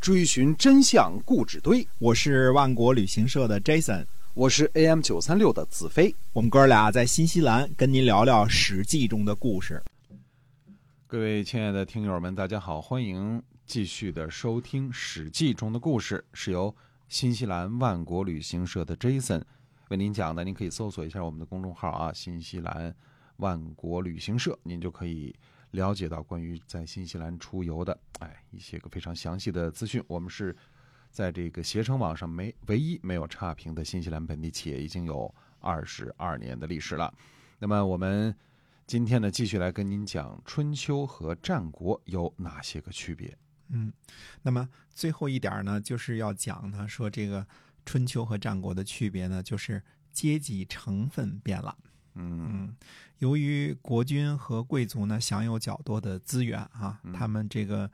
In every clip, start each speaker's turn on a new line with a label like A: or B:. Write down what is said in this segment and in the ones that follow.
A: 追寻真相故纸堆。
B: 我是万国旅行社的 Jason，
A: 我是 AM 九三六的子飞。
B: 我们哥俩在新西兰跟您聊聊《史记》中的故事。
C: 各位亲爱的听友们，大家好，欢迎继续的收听《史记》中的故事，是由新西兰万国旅行社的 Jason 为您讲的。您可以搜索一下我们的公众号啊，新西兰万国旅行社，您就可以了解到关于在新西兰出游的哎一些个非常详细的资讯。我们是在这个携程网上没唯一没有差评的新西兰本地企业，已经有二十二年的历史了。那么我们。今天呢，继续来跟您讲春秋和战国有哪些个区别。
B: 嗯，那么最后一点呢，就是要讲呢，说这个春秋和战国的区别呢，就是阶级成分变了。
C: 嗯，
B: 由于国君和贵族呢享有较多的资源啊，
C: 嗯
B: 他们这个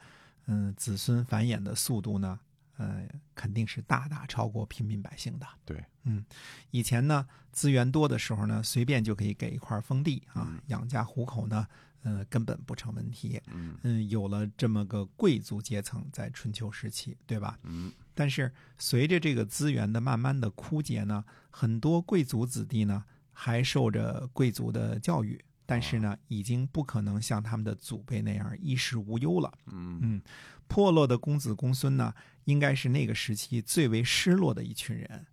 B: 嗯子孙繁衍的速度呢，呃，肯定是大大超过平民百姓的。
C: 对，
B: 嗯，以前呢资源多的时候呢，随便就可以给一块封地啊，
C: 嗯
B: 养家糊口呢，呃，根本不成问题。
C: 嗯
B: 嗯，有了这么个贵族阶层在春秋时期，对吧？
C: 嗯
B: 但是随着这个资源的慢慢的枯竭呢，很多贵族子弟呢还受着贵族的教育，但是
C: 啊
B: 呢，已经不可能像他们的祖辈那样衣食无忧了。
C: 嗯
B: 嗯，破落的公子公孙呢，应该是那个时期最为失落的一群人。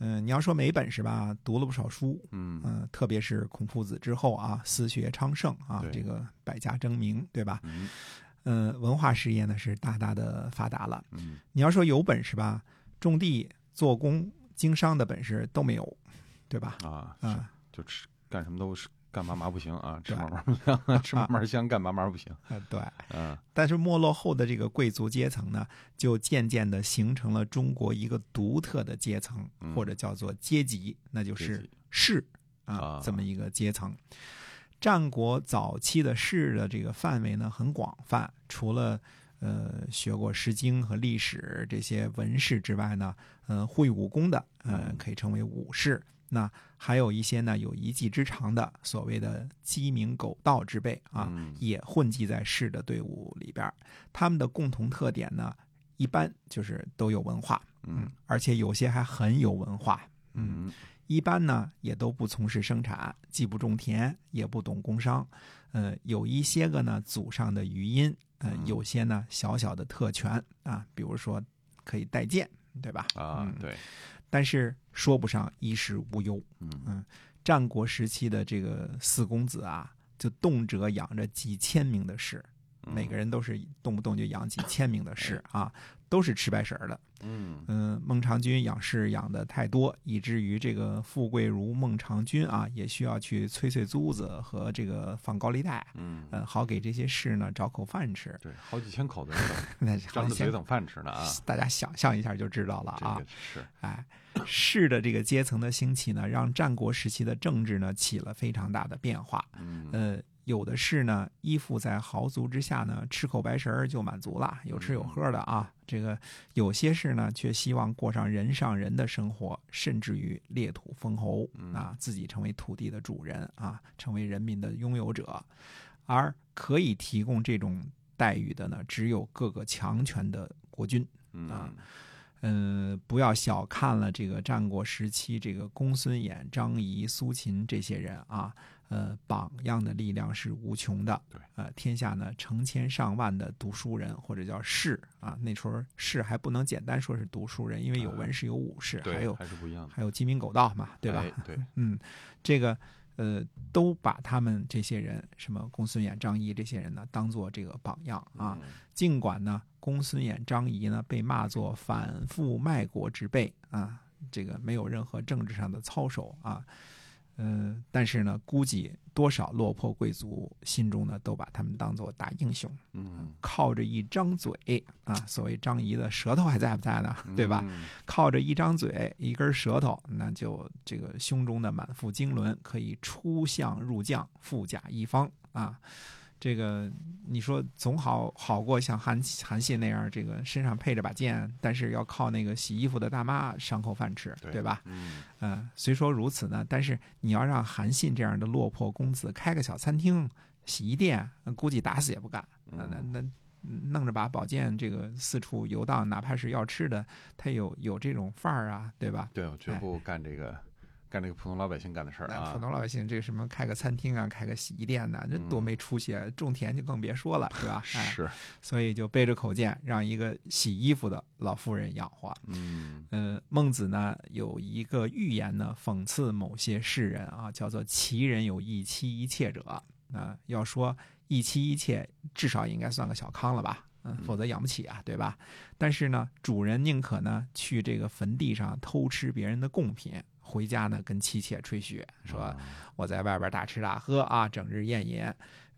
B: 嗯、你要说没本事吧，读了不少书，
C: 嗯
B: 嗯、特别是孔夫子之后啊，私学昌盛啊，
C: 对
B: 这个百家争鸣，对吧？
C: 嗯
B: 嗯、文化事业呢是大大的发达了。
C: 嗯，
B: 你要说有本事吧，种地、做工、经商的本事都没有，对吧？
C: 啊，
B: 啊、
C: 是就吃干什么都是干嘛嘛不行啊，吃
B: 对
C: 嘛嘛不香，吃嘛 嘛香，干嘛嘛不行。
B: 呃对。
C: 嗯
B: 但是没落后的这个贵族阶层呢，就渐渐的形成了中国一个独特的阶层，
C: 嗯
B: 或者叫做阶级，那就
C: 阶
B: 是
C: 级
B: 士
C: 啊
B: 啊，这么一个阶层。战国早期的士的这个范围呢很广泛，除了呃学过《诗经》和历史这些文士之外呢，呃会武功的，呃
C: 嗯
B: 可以称为武士。那还有一些呢有一技之长的，所谓的鸡鸣狗盗之辈啊，
C: 嗯
B: 也混迹在士的队伍里边儿。他们的共同特点呢，一般就是都有文化，
C: 嗯，
B: 而且有些还很有文化。
C: 嗯
B: 一般呢，也都不从事生产，既不种田，也不懂工商。呃，有一些个呢，祖上的余荫，呃，
C: 嗯
B: 有些呢，小小的特权啊，比如说可以带剑，对吧？
C: 啊
B: 嗯，
C: 对，
B: 但是说不上衣食无忧。
C: 嗯
B: 战国时期的这个四公子啊，就动辄养着几千名的士，每个
C: 人
B: 人都是动不动就养几千名的士
C: 哎
B: 啊，都是吃白食儿的。
C: 嗯
B: 嗯，孟尝君养士养的太多，以至于这个富贵如孟尝君啊，也需要去催催租子和这个放高利贷，
C: 嗯
B: 呃，好给这些士呢找口饭吃。
C: 对，好几千口子人等
B: 那是 好
C: 张着
B: 像
C: 嘴等饭吃呢啊，
B: 大家想象一下就知道了
C: 这
B: 啊。
C: 个是
B: 哎，士的这个阶层的兴起呢，让战国时期的政治呢起了非常大的变化。
C: 嗯
B: 呃，有的士呢依附在豪族之下呢，吃口白食儿就满足了，有吃有喝的
C: 嗯
B: 啊。这个有些士呢，却希望过上人上人的生活，甚至于猎土封侯
C: 嗯
B: 啊，自己成为土地的主人啊，成为人民的拥有者。而可以提供这种待遇的呢，只有各个强权的国君。
C: 嗯
B: 啊嗯，不要小看了这个战国时期这个公孙衍、张仪、苏秦这些人啊，呃，榜样的力量是无穷的。
C: 对，
B: 呃，天下呢成千上万的读书人或者叫士啊，那时候士还不能简单说是读书人，因为有
C: 啊
B: 文士、有武士，还
C: 对，
B: 有
C: 还是不一样的，
B: 还有鸡鸣狗盗嘛，对吧？
C: 哎对，
B: 嗯，这个呃，都把他们这些人，什么公孙衍、张仪这些人呢，当做这个榜样啊。
C: 嗯
B: 尽管呢，公孙衍、张仪呢被骂作反复卖国之辈啊，这个没有任何政治上的操守啊，呃，但是呢，估计多少落魄贵族心中呢都把他们当做大英雄，
C: 嗯，
B: 靠着一张嘴啊，所谓张仪的舌头还在不在呢，对吧？
C: 嗯？
B: 靠着一张嘴、一根舌头，那就这个胸中的满腹经纶可以出相入将，富甲一方啊。这个你说总好好过像韩韩信那样，这个身上配着把剑，但是要靠那个洗衣服的大妈赏口饭吃，对吧？？
C: 嗯
B: 呃，虽说如此呢，但是你要让韩信这样的落魄公子开个小餐厅、洗衣店，呃估计打死也不干。那那
C: 嗯
B: 那弄着把宝剑这个四处游荡，哪怕是要吃的，他有有这种范儿啊，对吧？
C: 对，我绝不干这个，干这个普通老百姓干的事儿
B: 那
C: 啊
B: 普。通老百姓这个什么开个餐厅啊，开个洗衣店呐、这多
C: 嗯
B: 没出息啊！种田就更别说了，是吧？哎，
C: 是，
B: 所以就背着口剑，让一个洗衣服的老妇人养活。
C: 嗯
B: 呃，孟子呢有一个寓言呢，讽刺某些世人啊，叫做“其人有一妻一妾者”啊、要说一妻一妾，至少也应该算个小康了吧？嗯，否则养不起啊，对吧？但是呢，主人宁可呢去这个坟地上偷吃别人的贡品，回家呢跟妻妾吹嘘，
C: 哦
B: 说
C: 嗯
B: 我在外边大吃大喝啊，整日宴饮，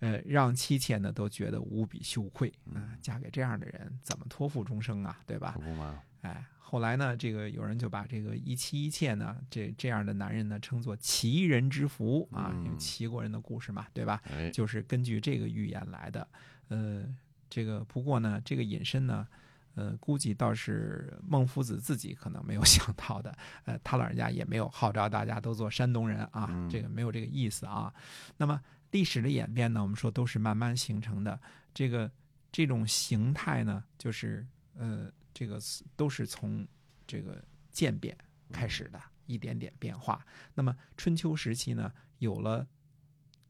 B: 呃，让妻妾呢都觉得无比羞愧啊、嫁给这样的人怎么托付终生啊，对吧
C: 可？不 嘛，
B: 哎，后来呢，这个有人就把这个一妻一妾呢，这这样的男人呢，称作齐人之福啊，因为
C: 嗯
B: 齐国人的故事嘛，对吧？
C: 哎，
B: 就是根据这个寓言来的。呃，这个不过呢，这个引申呢，呃，估计倒是孟夫子自己可能没有 想到的。呃，他老人家也没有号召大家都做山东人啊，
C: 嗯
B: 这个没有这个意思啊。那么历史的演变呢，我们说都是慢慢形成的。这个这种形态呢，就是呃，这个都是从这个渐变开始的，一点点变化。那么春秋时期呢，有了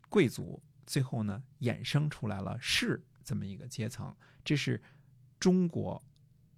B: 贵族，最后呢衍生出来了士这么一个阶层，这是中国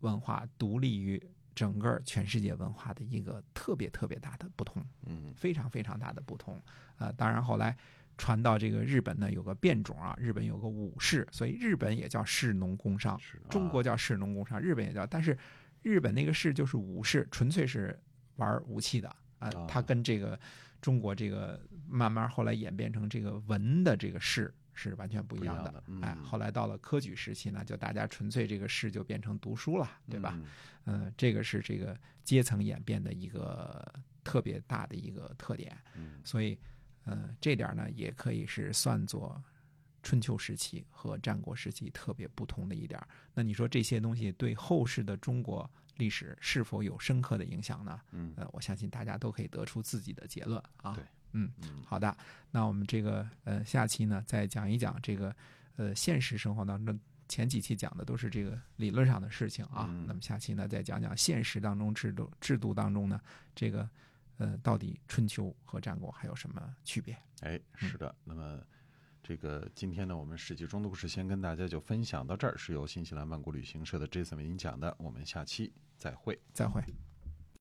B: 文化独立于整个全世界文化的一个特别特别大的不同。
C: 嗯
B: 非常非常大的不同。呃，当然后来传到这个日本呢，有个变种啊，日本有个武士，所以日本也叫士农工商，
C: 是啊
B: 中国叫士农工商，日本也叫，但是日本那个士就是武士，纯粹是玩武器的啊
C: 啊，
B: 它跟这个中国这个慢慢后来演变成这个文的这个士。是完全不一
C: 不一
B: 样
C: 样
B: 的，
C: 的嗯
B: 哎，后来到了科举时期呢，就大家纯粹这个士就变成读书了，对吧？？
C: 嗯
B: 嗯，这个是这个阶层演变的一个特别大的一个特点，
C: 嗯
B: 所以，呃，这点儿呢也可以是算作春秋时期和战国时期特别不同的一点儿。那你说这些东西对后世的中国历史是否有深刻的影响呢？
C: 嗯
B: 呃，我相信大家都可以得出自己的结论啊。
C: 对
B: 嗯，
C: 嗯，
B: 好的，那我们这个呃下期呢再讲一讲这个呃现实生活当中前几期讲的都是这个理论上的事情啊，
C: 嗯
B: 那么下期呢再讲讲现实当中制度制度当中呢这个呃到底春秋和战国还有什么区别？
C: 哎，
B: 嗯
C: 是的，那么。这个今天呢，我们史记中的故事先跟大家就分享到这儿，是由新西兰万国旅行社的 Jason 为您讲的，我们下期再会。
B: 再会。